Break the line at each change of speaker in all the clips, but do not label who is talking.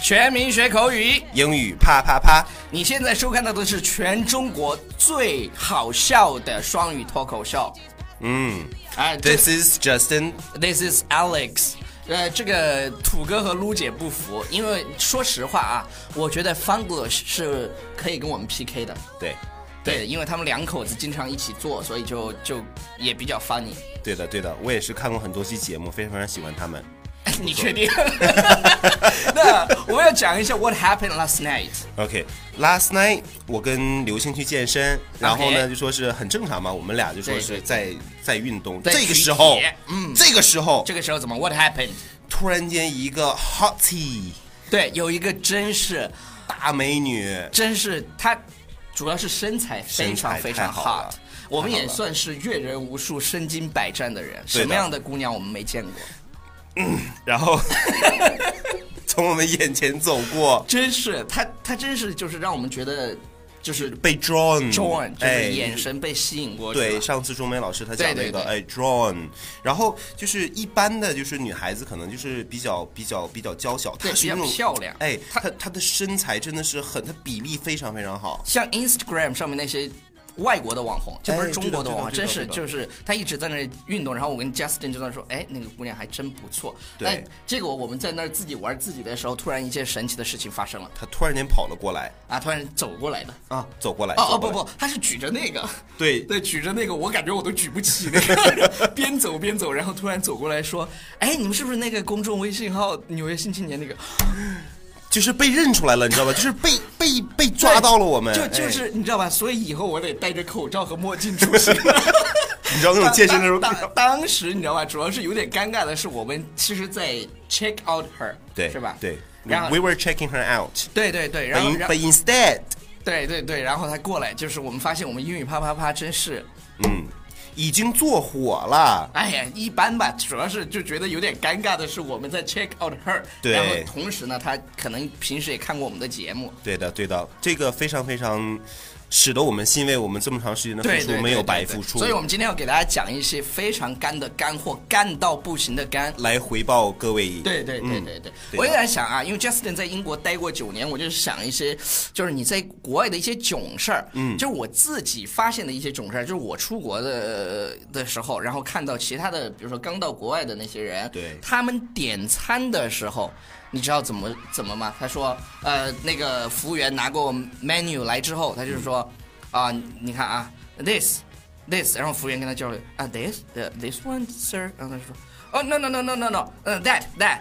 全民学口语。
英语啪啪啪，
你现在收看到的是全中国最好笑的双语脱口秀。
嗯
哎，这
，This is Justin，
This is Alex。呃，这个土哥和撸姐不服，因为说实话啊，我觉得 Funglish 是可以跟我们 PK 的。
对，
对，因为他们两口子经常一起做，所以就就也比较 funny。
对的对的，我也是看过很多期节目，非常非常喜欢他们。
你确 定？那我要讲一下 What happened last night。
OK，last、night 我跟刘星去健身，然后
OK
呢就说是很正常嘛，我们俩就说
对对
是在在运动。
在
这
举
个时候
铁，嗯
这个时候
这个时候怎么 What happened？
突然间一个 hot tea
对，有一个真是
大美女，
真是她，主要是身材非常
身材
非常
太好了
hot。我们
太好
也
了
算是阅人无数、身经百战的人，
对的
什么样的姑娘我们没见过？
然后从我们眼前走过，
真是她，她真是就是让我们觉得就是
被 drawn
John 就
哎
是眼神被吸引过去了。
对，上次钟梅老师他
哦对
讲那
对
个
对
哎 drawn，然后就是一般的就是女孩子可能就是比较比较比较娇小，
对
她是
比较
那种
漂亮
哎，
她
她她的身材真的是很，她比例非常非常好，
像 Instagram 上面那些外国的网红，这不是
哎
中国的网红，
对
真
的对的
是
对的
就是他一直在那运动，然后我跟 Justin 就在那说，哎，那个姑娘还真不错。
对
但结果我们在那儿自己玩自己的时候，突然一件神奇的事情发生了
她突然间跑了过来
啊！突然走过来的。
啊，走过来，
哦哦
走过
不
来，
不，他是举着那个，
对
对，举着那个，我感觉我都举不起那个， 边走边走，然后突然走过来说：“哎，你们是不是那个公众微信号《纽约新青年》那个？”
就是被认出来了，你知道吧？就是被被被抓到了我们，
就就
哎
是你知道吧？所以以后我得戴着口罩和墨镜出行。
你知道那种健身的时候
当当当时你知道吧？主要是有点尴尬的是，我们其实在 check out her，
对
是吧？
对
然后
，We were checking her out，
对对对，然后
but in-
然
but instead，
对对对，然后他过来，就是我们发现我们英语啪啪啪真是，
嗯，已经做火了。
哎呀一般吧，主要是就觉得有点尴尬的是我们在 check out her，
对
然后同时呢，他可能平时也看过我们的节目，
对的，对的，这个非常非常使得我们欣慰，我们这么长时间的
对对
付出
对
没有
对
白
对
付出，
所以我们今天要给大家讲一些非常干的干货，干到不行的干。
来回报各位。
对对对
嗯
对对，
对
我也
的
在想啊，因为 Justin 在英国待过九年，我就想一些，就是你在国外的一些囧事儿，嗯，就是我自己发现的一些囧事儿，就是我出国的的时候，然后看到其他的，比如说刚到国外的那些人，
对
他们点餐的时候。你知道怎么怎么吗？他说，呃，那个服务员拿过 menu 来之后，他就是说，啊、你看啊，this this，然后服务员跟他交流啊，this 呃 this one sir，然后他说，哦、no no no no no no，嗯、that that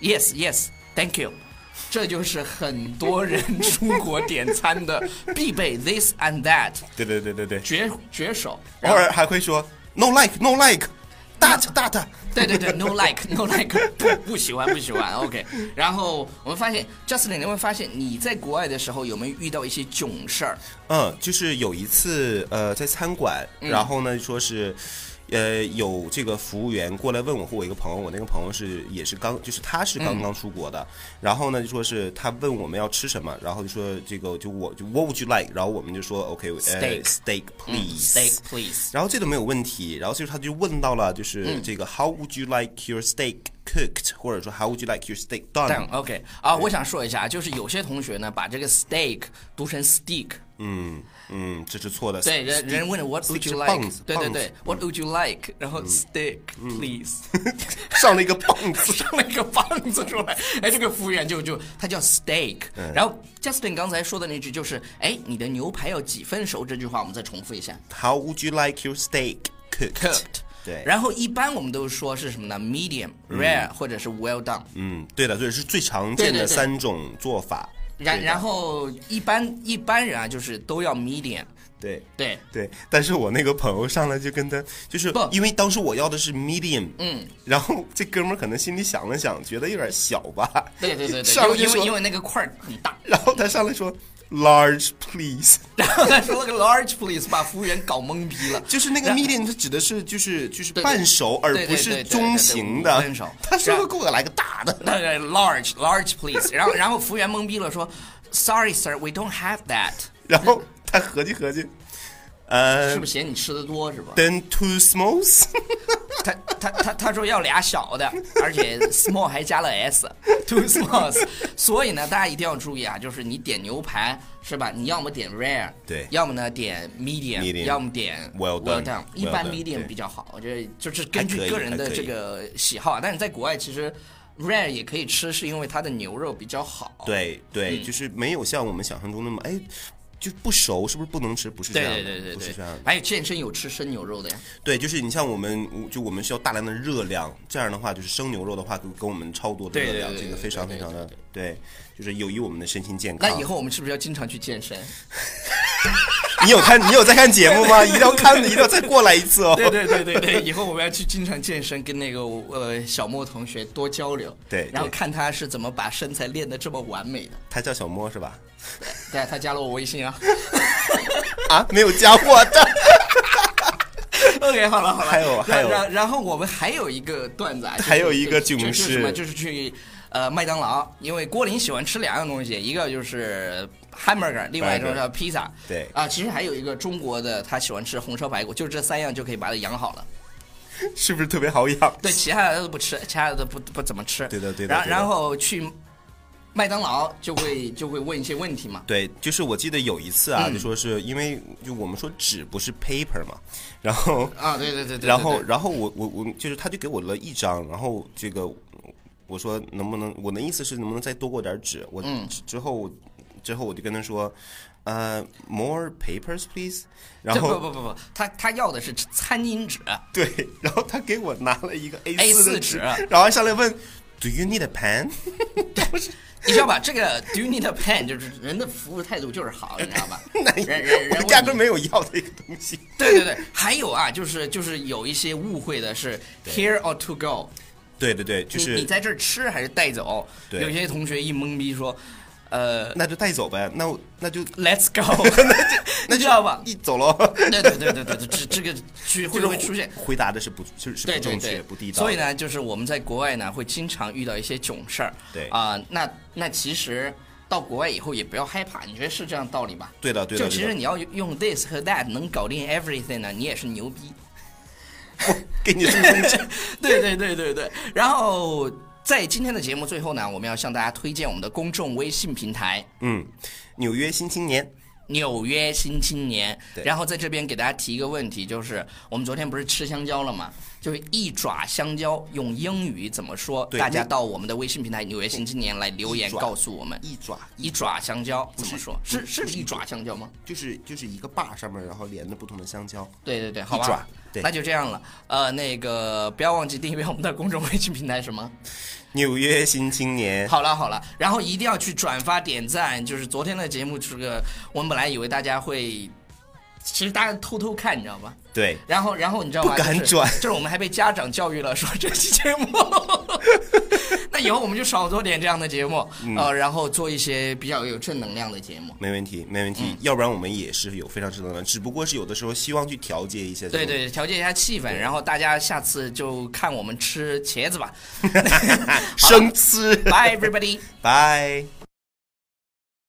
yes yes thank you，这就是很多人出国点餐的必备 this and that
对对对对对
绝绝手，
嗯偶尔还会说 no like no like that that，
对对对，no like no like，不 不喜欢不喜欢，OK。然后我们发现，Justin，你会发现你在国外的时候有没有遇到一些囧事儿？
嗯，就是有一次呃在餐馆，
嗯
然后呢说是。呃，有这个服务员过来问我和我一个朋友，我那个朋友是也是刚，就是他是
嗯
刚刚出国的，然后呢就说是他问我们要吃什么，然后就说这个就我就 what would you like，然后我们就说 OK，呃
Steak
steak
嗯
please，
steak please。
然后这个没有问题，然后就是他就问到了，就是
嗯
这个、How would you like your steak cooked，或者说 How would you like your steak done？
但 OK 啊，我想说一下，就是有些同学呢，把这个 steak 读成 steak，
嗯嗯，这是错的。
对，人
Steak-
人问 What would you
steak 是
like？
棒子
对对
棒
对
子嗯
，What would you like？然后 steak please，
上了一个棒子。
上了一个棒子出来，哎，这个服务员就就他叫 steak，然
嗯
后 Justin 刚才说的那句就是，哎，你的牛排要几分熟？这句话我们再重复一下
How would you like your steak cooked？
，cooked。
对
然后一般我们都说是什么呢？medium、rare 或者是 well done。
嗯，对的，对，是最常
对
见
对嗯
的
对
三种做法。
然
对的
然后一般一般人啊，就是都要 medium。
对。
对，
对，但是我那个朋友上来就跟他，就是
不
因为当时我要的是 medium，嗯，然后这哥们儿可能心里想了想，觉得有点小吧，
对对 对
上来
对，
就
因为
说
因为那个块儿很大。
然后他上来说 large please，
然后他说了个 large please，把服务员搞懵逼了。
就是那个
然
medium，它指的是就是就是
对对
半熟，而
对对对
不是
对对
中
对
型
五
的
分熟。
他
然
说给我来个 大的，
那个 large large please，然后然后服务员懵逼了，说 Sorry sir, we don't have that，
然后他合计合计，呃
是不是嫌你吃的多是吧
，then two smalls，
他他他他说要俩小的，而且 small 还加了 s，two smalls。所 以呢，大家一定要注意啊，就是你点牛排是吧？你要么点 rare，
对
要么呢点 medium，,
Medium
要么点
Well done，
一般
well done，
medium
对
比较好，我觉得就是根
还可
据
以
个人的
还可以
这个喜好啊。但是在国外其实 rare 也可以吃，是因为它的牛肉比较好。
对对，
嗯
就是没有像我们想象中那么哎。就不熟是不是不能吃？不是这
对
样的，
对对对
不是这样的啊
对。。还有健身有吃生牛肉的呀。
对，就是你像我们，就我们需要大量的热量，这样的话，就是生牛肉的话，给给我们超多的
对
热量，
对对
这个非常
对对
非常的
对
对，就是有益我们的身心健康。
那以后我们是不是要经常去健身？
你有看，你有在看节目 吗？一定要看的，一定要再过来一次哦。
对对对对 对，以后我们要去经常健身，跟那个呃小莫同学多交流，
对对
然后看他是怎么把身材练得这么完美的。
他叫小莫是吧？
对，他加了我微信啊。
啊，没有加我的。
OK，好了好了，
还有
然
还有
然然后我们还有一个段子啊，就是
还有一个
就就
囧
就是
事
什么，就是去呃麦当劳，因为郭林喜欢吃两样东西，一个就是 hamburger，另外一种
Burger
叫披萨。
对
啊，其实还有一个中国的，他喜欢吃红烧排骨，就是这三样就可以把它养好了。
是不是特别好养？
对，其他的都不吃，其他的都不不怎么吃。
对的对的
然
对的
然后去麦当劳就会就会问一些问题嘛。
对，就是我记得有一次啊，
嗯
就说是因为就我们说纸不是 paper 嘛，然后
啊，对对对对对。
然后
对
然后我我我就是他就给我了一张，然后这个我说能不能我的意思是能不能再多给我点纸？我
嗯
之之后之后我就跟他说，呃，more papers please，然
这不
后
不不不，他他要的是餐巾纸。
对，然后他给我拿了一个 A 四
A4
的
纸啊
然后还上来问 Do you need a pen？？
你知道吧？这个 do you need a pen 就是人的服务态度就是好，你知道吧
那
人人人
我压
问
根
你
没有要这个东西。
对对对，还有啊，就是就是有一些误会的是 here or to go，
对对对，就
你你
是
在这儿吃还是带走？
对
有些同学一懵逼说，呃
那就带走呗，那我那就
，let's go，你 知道吧？
一走喽。
对对对对对，对这这个去会
就是
不会出现？
回答的是不是是
对对
不正
对
确、不地道的？
所以 呢，就是我们在国外呢，会经常遇到一些囧事儿。
对
啊、那那其实到国外以后也不要害怕，你觉得是这样道理吧？
对的对的
就其
对
实
的
你要用 this 和 that 能搞定 everything 呢，你也是牛逼。
给你出生气。
对对对对对。然后在今天的节目最后呢，我们要向大家推荐我们的公众微信平台。
嗯，纽约新青年，
纽约新青年，
对
然后在这边给大家提一个问题，就是我们昨天不是吃香蕉了吗？就是一爪香蕉用英语怎么说？
对
大家
那
到我们的微信平台“纽约新青年”来留言
一爪
告诉我们，
一爪
一爪香蕉怎么说？
不
是
是
是
不是
一爪香蕉吗？
就是就是一个把上面，然后连着不同的香蕉。
对对对，好
一
吧
爪，对
那就这样了。呃，那个不要忘记订阅我们的公众微信平台什么？
纽约新青年，
好了好了，然后一定要去转发点赞。就是昨天的节目，这个我们本来以为大家会，其实大家偷偷看，你知道吗？
对，
然后，然后你知道吗？
不敢
就是
转
就是我们还被家长教育了，说这期节 目，那以后我们就少做点这样的节目，
嗯
呃，然后做一些比较有正能量的节目。
没问题，没
嗯
问题。要不然我们也是有非常正能量，只不过是有的时候希望去调节一下。
对，对，调节一下气氛，然后大家下次就 看我们吃茄子吧。
生吃，
Bye everybody。
拜。